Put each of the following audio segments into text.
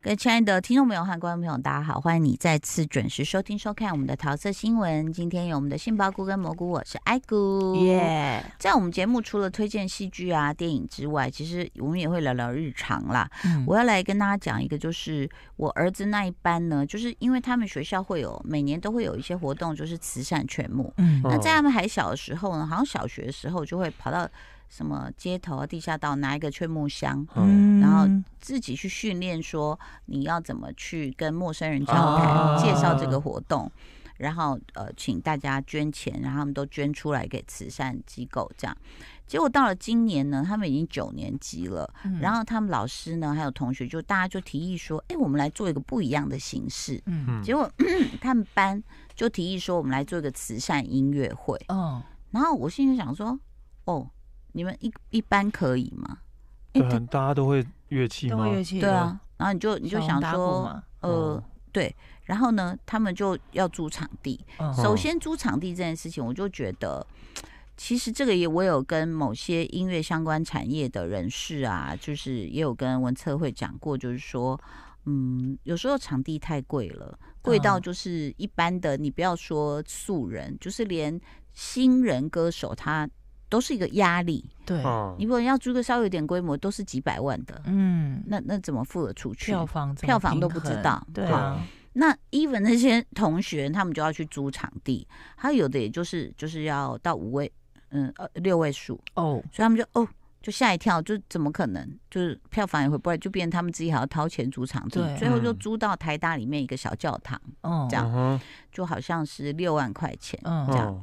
各位亲爱的听众朋友和观众朋友，大家好，欢迎你再次准时收听收看我们的桃色新闻。今天有我们的杏鲍菇跟蘑菇，我是爱菇。耶、在我们节目除了推荐戏剧啊、电影之外，其实我们也会聊聊日常啦。嗯我要来跟大家讲一个，就是我儿子那一班呢，就是因为他们学校会有每年都会有一些活动，就是慈善犬牧。嗯那哦在他们还小的时候呢，好像小学的时候就会跑到什么街头啊、地下道拿一个劝牧箱，哦嗯，然后 음.自己去训练说你要怎么去跟陌生人交谈，哦介绍这个活动。然后呃，请大家捐钱，然后他们都捐出来给慈善机构，这样。结果到了今年呢，他们已经九年级了，然后他们老师呢，还有同学就大家就提议说，哎，我们来做一个不一样的形式。嗯嗯结果他们班就提议说，我们来做一个慈善音乐会。哦，然后我心里想说，哦，你们一一般可以吗？哎对啊，大家都会乐器动吗物？乐器对，啊，然后你就你就小想红打鼓说，嘛，呃嗯，对，然后呢，他们就要租场地。嗯首先租场地这件事情，我就觉得。其实这个也，我有跟某些音乐相关产业的人士啊，就是也有跟文策会讲过，就是说，嗯，有时候场地太贵了，贵到嗯就是一般的，你不要说素人，就是连新人歌手他都是一个压力。对，你嗯，如果要租个稍微有点规模，都是几百万的，嗯，那那怎么付得出去？票房怎么票房都平不知衡道对对啊啊，那 even 那些同学，他们就要去租场地，还有的也就是就是要到五位，嗯，呃六位数，哦，所以他们就哦，就吓一跳，就怎么可能？就是票房也回不来，就变成他们自己还要掏钱租场地对，最后就嗯租到台大里面一个小教堂，哦，这样嗯就好像是六万块钱。嗯，哼，这样嗯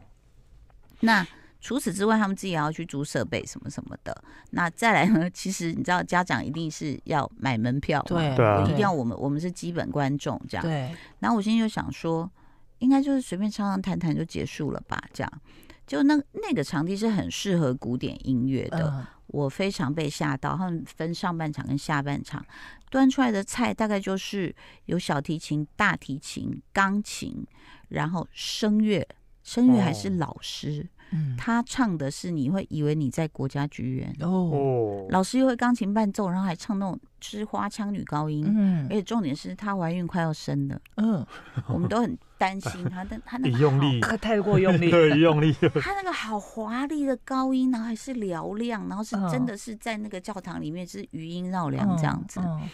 那除此之外，他们自己也要去租设备什么什么的。那再来呢？ 其实你知道，家长一定是要买门票嘛，对，对啊一定要我们我们是基本观众这样。对，然后我心里就想说，应该就是随便唱唱谈谈就结束了吧，这样。就那那个场地是很适合古典音乐的，嗯我非常被吓到。他们分上半场跟下半场，端出来的菜大概就是有小提琴、大提琴、钢琴，然后声乐，声乐还是哦老师，嗯，他唱的是你会以为你在国家剧院，哦，哦，老师又会钢琴伴奏，然后还唱那种就是花腔女高音，嗯而且重点是她怀孕快要生了。嗯，我 们都很担心他，但他那一个用好力，可太过用力，对，一用力，他那个好华丽的高音，然后还是嘹亮，然后是嗯真的是在那个教堂里面是余音 어.绕梁这样子。嗯嗯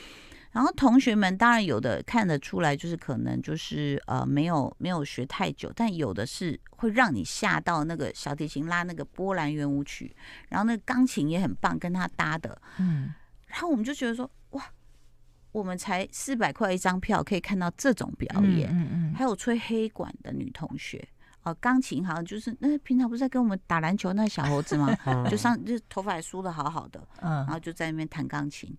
然后同学们当然有的看得出来，就是可能就是呃没有没有学太久，但有的是会让你吓到那个小提琴拉那个波兰圆舞曲，然后那个钢琴也很棒，跟他搭的。嗯，然后我们就觉得说哇，我们才四百块一张票可以看到这种表嗯演，嗯嗯，还有吹黑管的女同学。哦，钢琴好像就是那平常不是在跟我们打篮球那小猴子吗？嗯 就上就头发也梳的好好的，然嗯，后就在那边弹钢琴，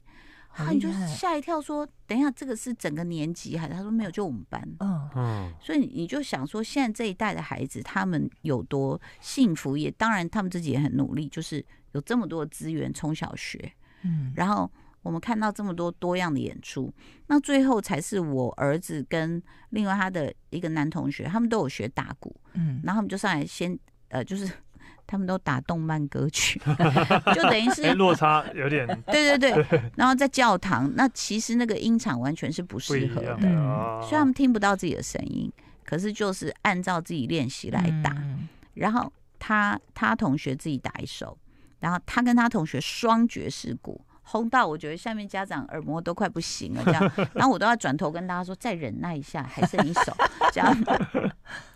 好啊，你厉就害吓一跳说，等一下这个是整个年级还是？他说没有，就我们班。嗯，嗯，所以你就想说，现在这一代的孩子他们有多幸福，也当然他们自己也很努力，就是有这么多的资源从小学，嗯，然后我们看到这么多多样的演出，那最后才是我儿子跟另外他的一个男同学，他们都有学打鼓，嗯，然后他们就上来先呃，就是 他们都打动漫歌曲， 就等于是啊哎，落差有点对对对，然后在教堂，那其实那个音场完全是不不适一合样的，嗯啊虽然他们听不到自己的声音，可是就是按照自己练习来打，嗯然后他他同学自己打一首，然后他跟他同学双爵士鼓。轰到我觉得下面家长耳膜都快不行了，这 样，然后我都要转头跟大家说再忍耐一下，还剩一 首这样，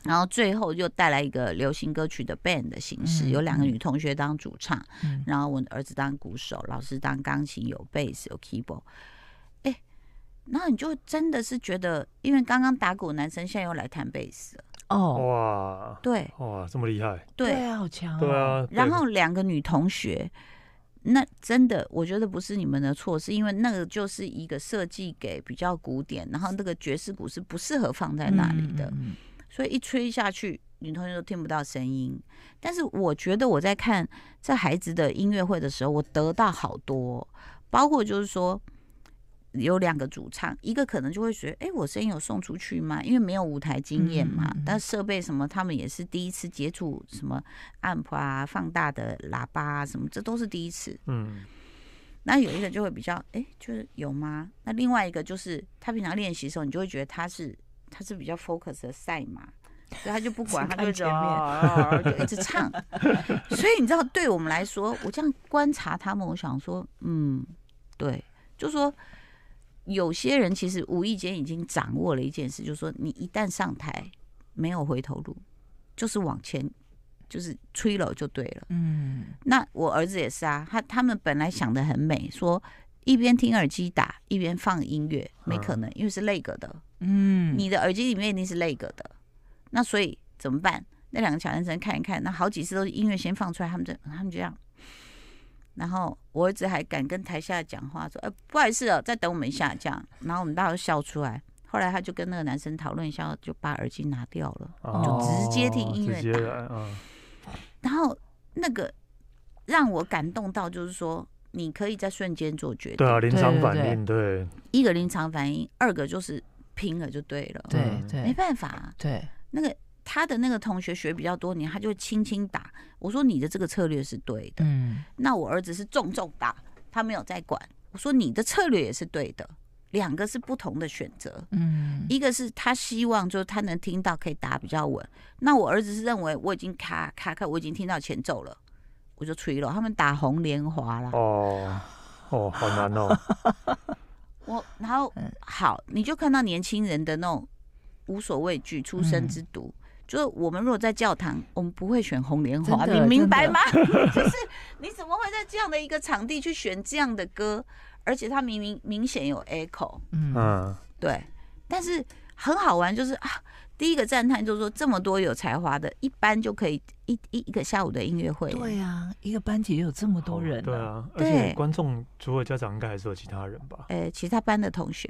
然后最后又带来一个流行歌曲的 band 的形式，嗯有两个嗯女同学当主唱，嗯然后我儿子当鼓手，老师当钢琴，有贝斯，有 keyboard。哎，然后你就真的是觉得，因为刚刚打鼓的男生现在又来弹贝斯了， 어.哦，哇对哇这么厉害，对。啊，好强，对，啊，哦然对后两个女同学，那真的我觉得不是你们的错，是因为那个就是一个设计给比较古典，然后那个爵士鼓是不适合放在 음.那里的，嗯，所以一吹下去，女同学都听不到声音。但是我觉得我在看这孩子的音乐会的时候，我得到好多，包括就是说。有两个主唱，一个可能就会觉得，哎、我声音有送出去吗？因为没有舞台经验嘛，嗯嗯嗯但设备什么，他们也是第一次接触什么 amp 啊、放大的喇叭啊，什么，这都是第一次。嗯那有一个就会比较，哎、就是有吗？那另外一个就是他平常练习的时候，你就会觉得他是他是比较 focus 的赛马，所以他就不 管，只他看就走前面哦就一直唱。所以你知道，对我们来说，我这样观察他们，我想说，嗯，对，就说有些人其实无意间已经掌握了一件事，就是说你一旦上台，没有回头路，就是往前，就是吹了就对了。嗯，那我儿子也是啊，他他们本来想的很美，说一边听耳机打一边放音乐，没可能，因为是那个的，嗯，你的耳机里面一定是那个的，那所以怎么办？那两个小男生看一看，那好几次都是音乐先放出来，他们就他们就这样。然后我儿子还敢跟台下讲话说：“呃，不好意思哦，再等我们一下。”这样，然后我们大家都笑出来。后来他就跟那个男生讨论一下，就把耳机拿掉了。就直接听音乐哦直接打来嗯，然后那个让我感动到，就是说你可以在瞬间做决定，对啊，临场对反对应，对，一个临场反应，二个就是拼了就对了，对嗯没对办法啊、对，那个他的那个同学学比较多年，他就轻轻打。我说你的这个策略是对的，嗯，那我儿子是重重打，他没有在管。我说你的策略也是对的，两个是不同的选择。嗯，一个是他希望就是他能听到可以打比较稳，那我儿子是认为我已经卡卡卡，我已经听到前奏了，我就吹了。他们打红莲华啦，哦哦，啊好难 哦，我然后嗯好，你就看到年轻人的那种无所畏惧、出嗯生之毒。就是我们如果在教堂，我们不会选红莲华，真你的明真的白吗？ 就是你怎么会在这样的一个场地去选这样的歌，而且它明明明显有 echo，嗯，嗯，对，但是很好玩，就是啊，第一个赞叹就是说，这么多有才华的，一般就可以一一一个下午的音乐会，对呀，一个班级有这么多好人，嗯对，啊，而对且观众除了家长，应该还是有其他人吧？呃，其他班的同 学，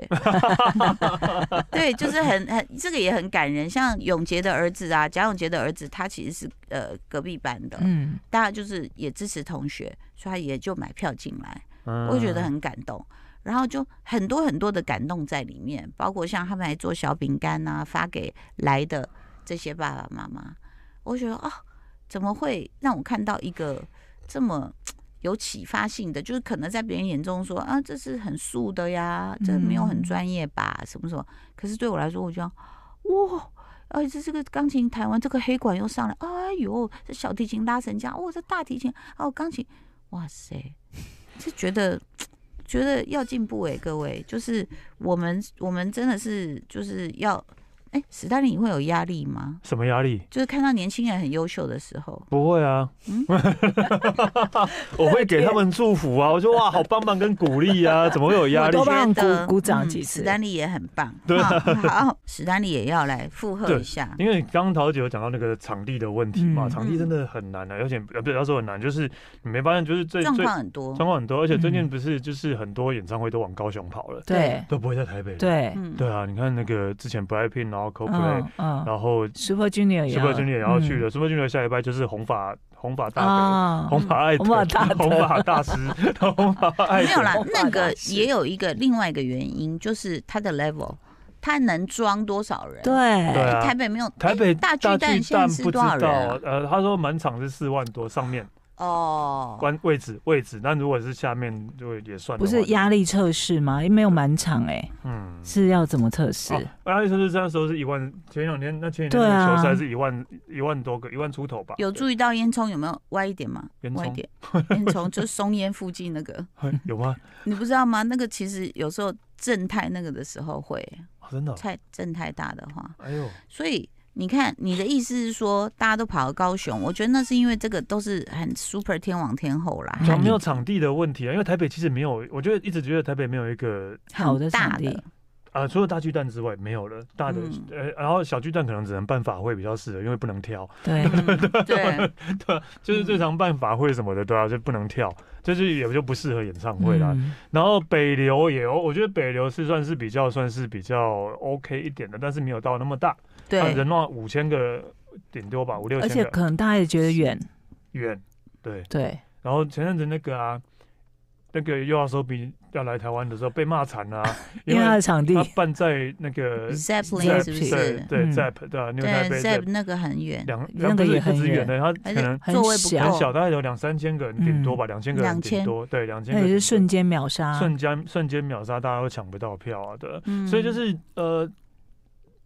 对，就是很很这个也很感人。像永杰的儿子啊，贾永杰的儿子，他其实是呃隔壁班的，嗯，大家就是也支持同学，所以他也就买票进来。嗯，我觉得很感动。然后就很多很多的感动在里面，包括像他们还做小饼干呐、发给来的这些爸爸妈妈，我觉得哦，怎么会让我看到一个这么有启发性的？就是可能在别人眼中说啊，这是很素的呀，这没有很嗯专业吧，什么什么。可是对我来说，我觉得哇。而且这个钢琴弹完，这个黑管又上来，哎呦，这小提琴拉成这样，哦，这大提琴，哦，钢琴，哇塞，是觉得觉得要进步哎、各位，就是我们我们真的是就是要，哎、史丹利你会有压力吗？什么压力？就是看到年轻人很优秀的时候，不会啊，嗯 我会给他们祝福啊，我说哇，好棒棒跟鼓励 啊，怎么会有压我力多？棒觉得鼓鼓掌嗯几次史丹利也很棒，对 哈好，史丹利也要来附和对一下，因为刚刚桃姐有讲到那个场地的问题嘛，嗯场地真的很难啊，而且呃不要说很难，就是你没发现就是最状最况很多，状况很多，而且最近嗯不是就是很多演唱会都往高雄跑了，对都不会在台北了。对，嗯，对啊，你看那个之前 Blackpink，然后 Coldplay，、嗯嗯然后，Super Junior 也要 Super Junior 也要去嗯了、s u p e r Junior 下礼拜就是红发红发大德、啊，红发爱德、红发大德 红发大师、红发爱没德有啦我，爸那个 爸是也有一个另外一个原因，就是他的 level，他能装多少人？对对，啊台北没有台北哎大巨蛋现在是不知多少道，人啊？呃，他说满场是四万多，上面哦，关位置位置，那如果是下面就也算的不话是压力测试吗？没有满场哎，嗯。是要怎么测试？哦，压力测试那时候是一万，前两天那前两对天那啊个球赛是一万一万多个，一万出头吧。有注意到烟囱有没有歪一点吗？烟囱歪一 点，嗯烟囱就是松烟附近那个，嘿有吗？你不知道吗？那个其实有时候震太那个的时候会，哦真的哦，太震太大的话，哎呦，所以你看你的意思是说大家都跑到高雄，我觉得那是因为这个都是很 super 天王天后啦，嗯场没有很场地的问题啊，因为台北其实没有，我觉得一直觉得台北没有一个好的大场地，啊、除了大巨蛋之外没有了大的、嗯呃，然后小巨蛋可能只能办法会比较适合，因为不能跳，对，嗯对，对啊，就是最嗯常办法会什么的，对啊，就不能跳，就是也 就不适合演唱会啦。嗯然后北流也有，我觉得北流是算是比较算是比较 OK 一点的，但是没有到那么大，它对，人的五千个顶多吧，五六而且千个可能大家也觉得远，远，对。对，然后前阵子那个啊，那个又要手比要来台湾的时候被骂惨了、啊因为他的场地他办在那个 Zeppelin 是不对是？对嗯 Zep 对啊，纽对台北 Zep ，Zep 那个很远，两那个不是也不止很远的，他而可且能座位不很很够，小，大概有两三千个人顶多吧，两千个人顶多，对，两嗯千那个人也顶是多瞬间啊秒杀，瞬间瞬间秒杀，大家都抢不到票啊，对，嗯所以就是呃。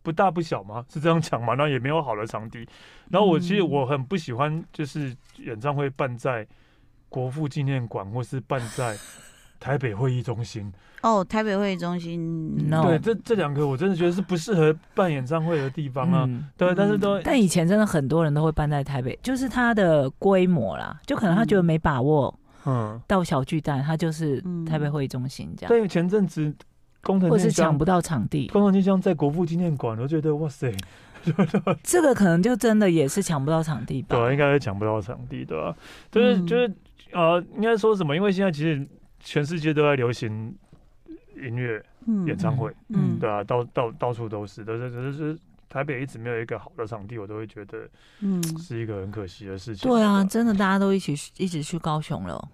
不大不小嘛，是这样讲嘛，那也没有好的场地。然后我其实嗯我很不喜欢，就是演唱会办在国父纪念馆或是办在台北会议中心，哦，台北会议中心 No 对，这这两个我真的觉得是不适合办演唱会的地方啊。嗯对，但是都但以前真的很多人都会搬在台北，就是它的规模啦，就可能他觉得没把握嗯，到小巨蛋，他就是嗯台北会议中心这样，对，前阵子工藤或者静是抢香，不到场 地，工藤静香在国父纪念馆，我觉得哇塞，啊这个可能就真的也是抢不到场地吧对、。啊，应该会抢不到场地，对吧、就是、嗯就是呃，应该说什么？因为现在其实呃全世界都在流行音乐嗯演唱会，嗯对啊，到到到处都是，但是只是台北一直没有一个好的场地，我都会觉得嗯，是一个很可惜的事情。对啊，吧真的大家都一起一起去高雄了，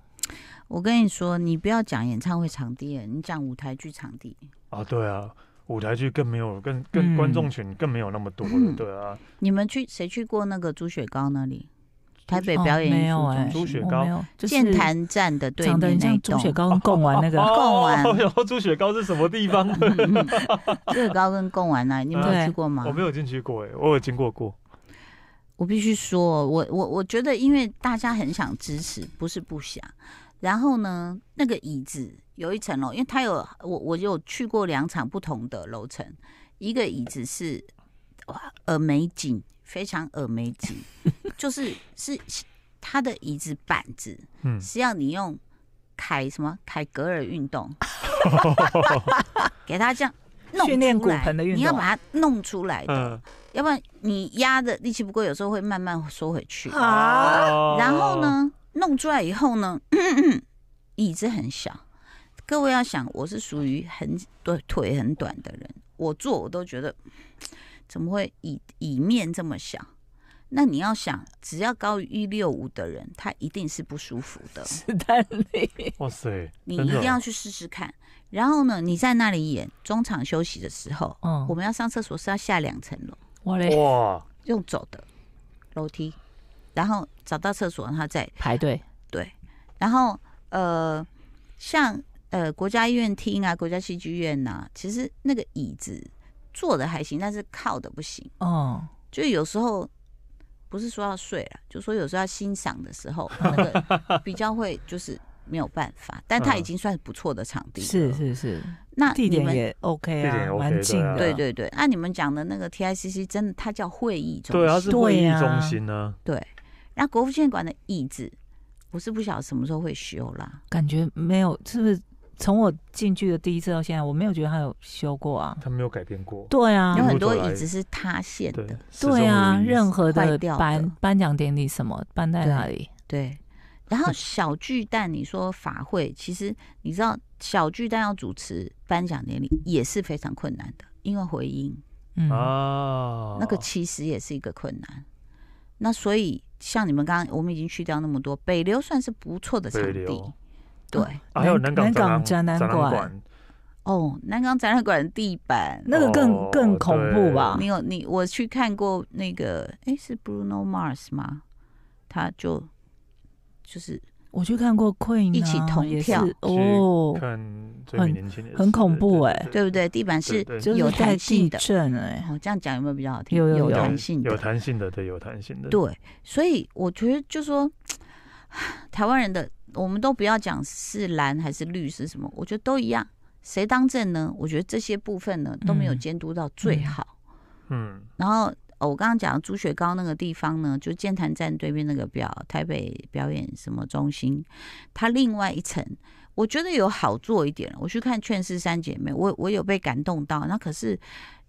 我跟你说，你不要讲演唱会场地了，你讲舞台剧场地。啊，对啊，舞台剧更没有，更更嗯观众群更没有那么多了，嗯对啊。你们去谁去过那个朱雪糕那里？台北哦表演没艺术有中哎，心、朱雪我糕没有，就是剑潭站的对长得面很那一像朱栋。雪糕跟贡丸 那个， 贡丸哦，然后朱雪糕是什么地方？嗯 朱雪糕跟贡丸啊那里，你们有对去过吗？ 我没有进去过哎，我有经过过。我必须说，我我我觉得，因为大家很想支持，不是不想。然后呢，那个椅子有一层楼，因为它有我我有去过两场不同的楼层，一个椅子是哇耳美景，非常耳美 景，就是是它的椅子板子嗯，是要你用凯什么凯格尔运 动，给它这样弄训练出来骨盆的运你动啊要把它弄出来的。嗯要不然你压的力气不够，有时候会慢慢缩回去。啊，哦然后？呢，弄出来以后呢， 椅子很小。各位要想，我是属于很对腿很短的人，我坐我都觉得怎么会椅椅面这么小？那你要想，只要高于一六五的人，他一定是不舒服的。史丹利，哇塞，你真一的定哦要去试试看。然后呢，你在那里演中场休息的时候，嗯我，们要上厕所是要下两层楼。我嘞哇，用走的楼梯，然后找到厕所，然后再排队，对，然后呃，像呃国家医院厅啊、国家戏剧院呐、其实那个椅子坐的还行，但是靠的不行，嗯，就有时候。不是说要睡了，就说有时候要欣赏的时 候，那个比较会就是没有办法，但它已经算是不错的场地了。嗯是是是，那地你点们也 OK 地点也啊， OK，蛮近的，对对对，按你们讲的那个 TICC 真的它叫会议中心，对啊，它是会对议啊中心呢、对，那国父纪念馆的椅子，我是不晓得什么时候会修啦。感觉没有，是不是从我进去的第一次到现在，我没有觉得他有修过啊？它没有改变过。对啊有，嗯很多椅子是塌陷对的，，始终对啊，如一任何坏的掉的颁颁奖典礼什么办在那里？对。然 后小巨蛋，你说法会，其实你知道小巨蛋要主持颁奖典礼也是非常困难的，因为回音，嗯，哦啊，那个其实也是一个困难。那所以像你们刚刚，我们已经去掉那么多，北流算是不错的场北地流，对。啊还有南南港南港展展览览展览馆馆，哦，南港展览馆的地板，那个哦更更恐怖吧你？有你我去看过那个，诶，是 Bruno Mars 吗？他就就是我去看过 Queen，啊一起同也是跳哦，看最美年轻人很恐怖欸对不对？地板是对就有是在弹性地的震哎，哦，这样讲有没有比较好听？有有有弹性有的，弹性的，对，有弹性啊的，对，所以我觉得就说 台湾人的，我们都不要讲是蓝还是绿是什么，我觉得都一样。谁当政呢？我觉得这些部分呢都没有嗯监督到最嗯好。嗯，然后、哦、我刚刚讲的朱雪糕那个地方呢，就剑潭站对面那个表台北表演什么中心，它另外一层，我觉得有好做一点了。我去看《劝世三姐妹》，我我有被感动到。那可是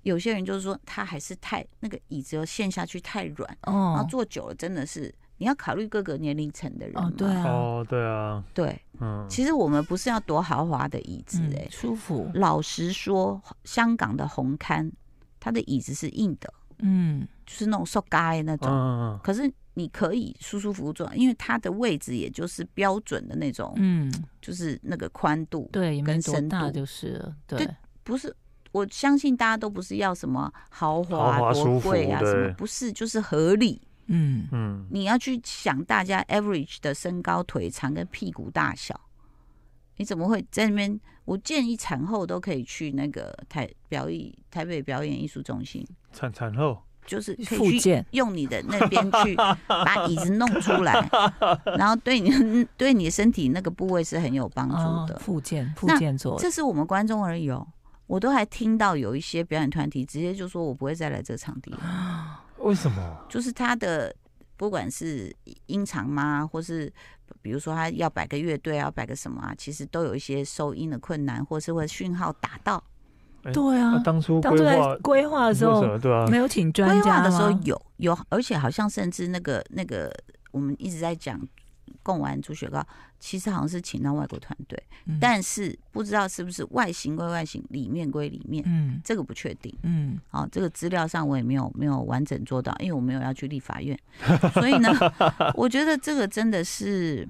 有些人就是说，他还是太那个椅子又陷下去太软，然哦后坐久了真的是。你要考虑各个年龄层的人嘛哦，对啊，哦，对啊，对嗯，其实我们不是要多豪华的椅子嗯哎、舒服，老实说，香港的红磡，它的椅子是硬的，嗯，就是那种塑胶的那种，嗯，可是你可以舒舒服服做，因为它的位置也就是标准的那种，嗯，就是那个宽度，对，也没跟多深大度就是了，对对不是。我相信大家都不是要什么豪豪华华、舒多服贵啊，什么对不是，就是合理。嗯，嗯，你要去想大家 average 的身高、腿长跟屁股大小，你怎么会在那边？我建议产后都可以去那个台表演台北表演艺术中心，产产后就是可复以去健用你的那边去把椅子弄出来，然后对你 对你身体那个部位是很有帮啊助，的。附件附那件做的，这是我们观众而已哦，我都还听到有一些表演团体直接就说我不会再来这个场地了。为什啊么？就是他的不管是音长嘛，或是比如说他要摆个乐队啊，要摆个什么啊，其实都有一些收音的困难，或是会讯号打到。对啊那，当初当初规在划规划的时为什候么对啊，没有请专规家划的时候吗有有，而且好像甚至那个那个我们一直在讲。贡丸猪血糕其实好像是请到外国团队，嗯但是不知道是不是外形归外形，里面归里面，嗯这个不确定。嗯，好、这个资料上我也没有没有完整做到，因为我没有要去立法 院，所以呢，我觉得这个真的是，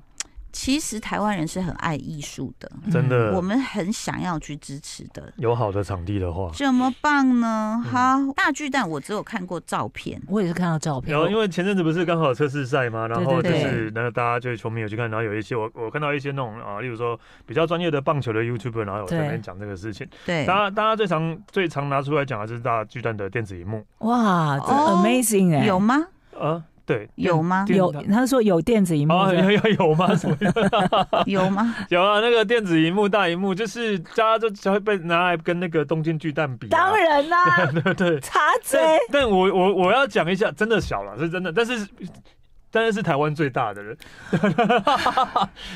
其实台湾人是很爱艺术的，真嗯的我们很想要去支持的，有好的场地的话，怎么棒呢？嗯好，大巨蛋我只有看过照片，我也是看到照片，然后我因为前阵子不是刚好测试赛嘛，然后就对对是那个大家就球迷有去看，然后有一些我我看到一些那种啊，例如说比较专业的棒球的 YouTuber，然后有在那边对讲这个事情。对大，家大家最常最常拿出来讲的就是大巨蛋的电子荧幕哇，这哦 amazing 哎，有吗？啊，对，有吗？ 电有，他说有电子荧幕啊是有吧，有有吗？ 什么有 吗？有啊，那个电子荧幕大荧幕，就是大家就才会被拿来跟那个东京巨蛋比、啊。当，然啦， 对对。插但 嘴，但我我我要讲一下，真的小了，是真的，但是但是是台湾最大的人。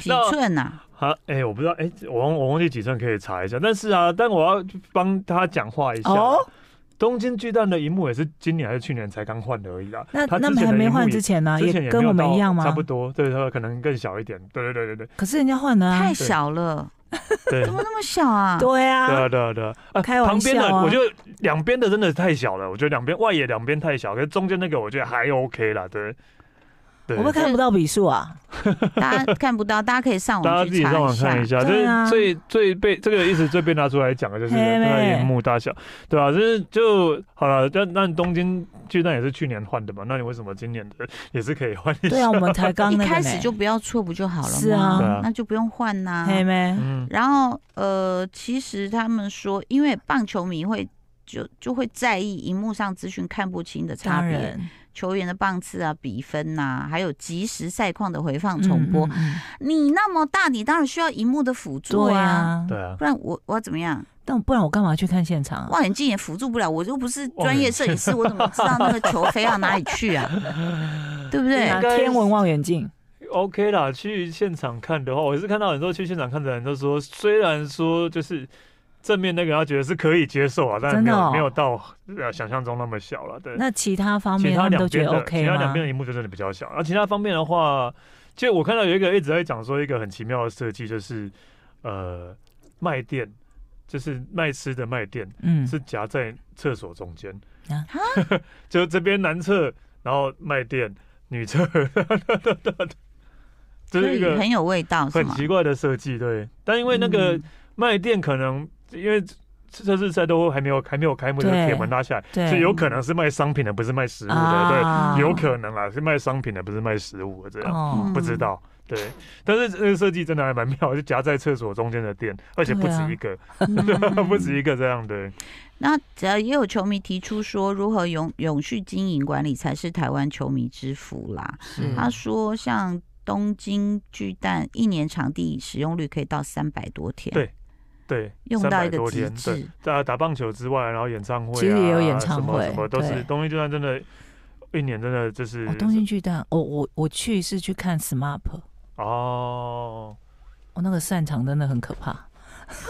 几那寸啊？好，哎、我不知道，哎、我忘我忘记几寸，可以查一下。但是啊，但我要帮他讲话一下。哦东京巨蛋的荧幕也是今年还是去年才刚换的而已啦。那他那之前还的没荧幕换也之前呢，之前也啊跟没有我们到一样吗？差不多，对，他可能更小一点。对对对对可是人家换了啊太，小了，对怎对。么那么小啊？ 对对啊，啊，对啊，对啊，啊开玩旁边的笑啊我觉得两边的真的太小了，我觉得两边外野两边太小，可是中间那个我觉得还 OK 啦，对，对我，们看不到笔数 啊，大家看不到，大家可以上大家网自去己上查网看一下，对啊最最最被这个意思最被拿出来讲的就是嘿那个妹荧幕大小，对吧、就是就好了，那那东京巨蛋也是去年换的嘛，那你为什么今年的也是可以换一下？对啊，我们才刚一那个开始呢就不要错不就好了吗？是啊对啊那就不用换呐、嘿没，嗯，然后呃，其实他们说，因为棒球迷会就就会在意荧幕上资讯看不清的差当别，然球员的棒次啊、比分呐、还有即时赛况的回放重播。，嗯嗯嗯你那么大，你当然需要荧幕的辅助对啊。啊，对啊，不然我我要怎么样？但不然我干嘛去看现场啊？望远镜也辅助不了，我又不是望专业远摄影师，我怎么知道那个球飞到哪里去 啊？对不对啊？该天文望远镜， OK 啦，去现场看的话，我是看到很多去现场看的人都说，虽然说就是正面那个他觉得是可以接受啊，但是真没的有、哦没有到呃想象中那么小了。对，那其他方其面他他们两都觉边得的、 OK 其他两吗边？的荧幕就真的比较小。然后其他方面的话，就我看到有一个一直在讲说一个很奇妙的设计，就是呃卖店，就是卖吃的卖店嗯，是夹在厕所中间，啊 就这边男厕，然后卖店女厕，就所是一以个很有味道是很吗？奇怪的设计，对。但因为那个嗯卖店可能因为测试赛都还没有还没有开幕，就对铁门拉下来，对，所以有可能是卖商品的，不是卖食物的，啊对，有可能啦，是卖商品的，不是卖食物的，这样哦嗯，不知道。对，但是这个设计真的还蛮妙，就夹在厕所中间的店，而且不对啊止一个，嗯不止一个这 样的。那呃，也有球迷提出说，如何永永续经营管理才是台湾球迷之福啦。嗯他说，像东京巨蛋一年场地使用率可以到三百多天，对对，用到300一个多极天，对，致。打打棒球之外，然后演唱会、啊，其实也有演唱什么什会么都是对东京就算真的，一年真的嗯就是哦，东京巨蛋，我我我去是去看 SMAP，我、哦，哦、那个散场真的很可怕。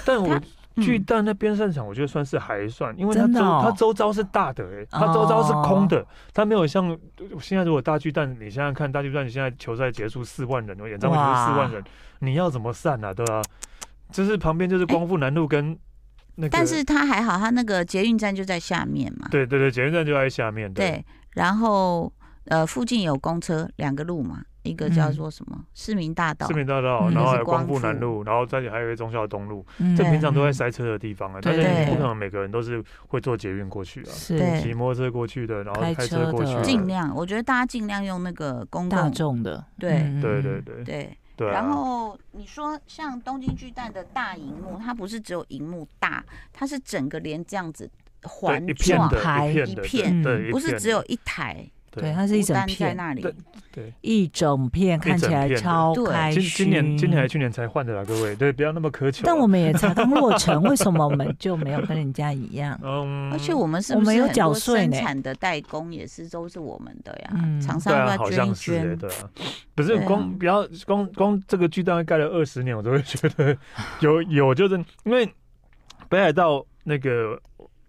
但我它嗯巨蛋那边散场，我觉得算是还算，因为它真周的哦它周遭是大的、欸，它周遭是空的，它没有像现在如果大巨蛋，你现在看大巨蛋，你现在球赛结束四万人，演唱会结束四万人，你要怎么散啊？对吧、就是旁边就是光复南路跟那个，但是他还好，他那个捷运站就在下面嘛。对对对，捷运站就在下面，对，然后呃，附近有公车两个路嘛，一个叫做什么、市民大道嗯市，民大道，嗯然后就是还有光光复南复路，然后再还有一个忠孝东路，嗯这平常都在塞车的地方啊，但是对你不可能每个人都是会坐捷运过去啊，对是骑摩托车过去的，然后开开车车的过去尽的，量我觉得大家尽量用那个公大共众的，嗯对嗯对对，对对。对啊。然后你说像东京巨蛋的大荧幕，它不是只有荧幕大，它是整个连这样子对环一片状，的，排一一片的，片对对，一不是片只有一台对，的对。它是一孤整单在片，那里对。对，一整片看起来超开今心。今年今嗯年还去年才换的啦，各位，对，不要那么苛求啊。但我们 也才刚落成，为什么我们就没有跟人家 一啊样？嗯，而且我们是不我们是有很缴多税生呢产的代工也是都是我们的呀？嗯厂对商啊，要好不要捐一像是欸捐？对啊，不是对啊光不要光光这个巨蛋盖了二十年，我都会觉 得有有就是因为北海道那个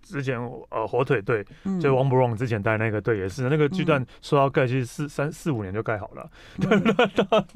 之前呃火腿队，嗯就王博荣之前带那个队也是，那个巨蛋说要盖，其实四三四五年就盖好了， 嗯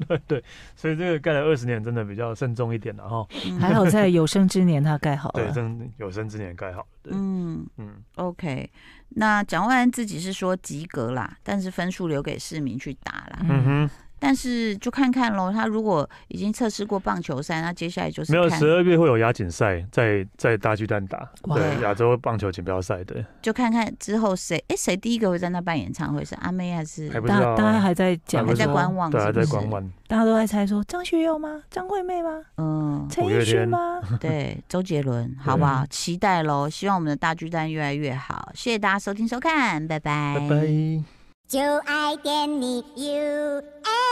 对对，所以这个盖了二十年真的比较慎重一点啦，然后嗯还好在有生之年他盖好对，了，真的有生之年盖好，对，嗯 嗯， ，OK。那蒋万安自己是说及格啦，但是分数留给市民去打啦。嗯嗯哼，但是就看看喽，他如果已经测试过棒球赛，那接下来就是没有看十二月会有亚锦赛在在大巨蛋打，哇对，亚洲棒球锦标赛，对，就看看之后谁哎谁第一个会在那办演唱会，是阿妹还是还不知大道大家啊，还在讲，还在观望对，是还不在是观。望，大家都在猜说张学友吗？张惠妹吗？嗯，陈五奕月迅天吗？对，周杰伦，好不好？期待喽，希望我们的大巨蛋越来越好。谢谢大家收听收看，拜拜，拜拜。就爱点你 UFO。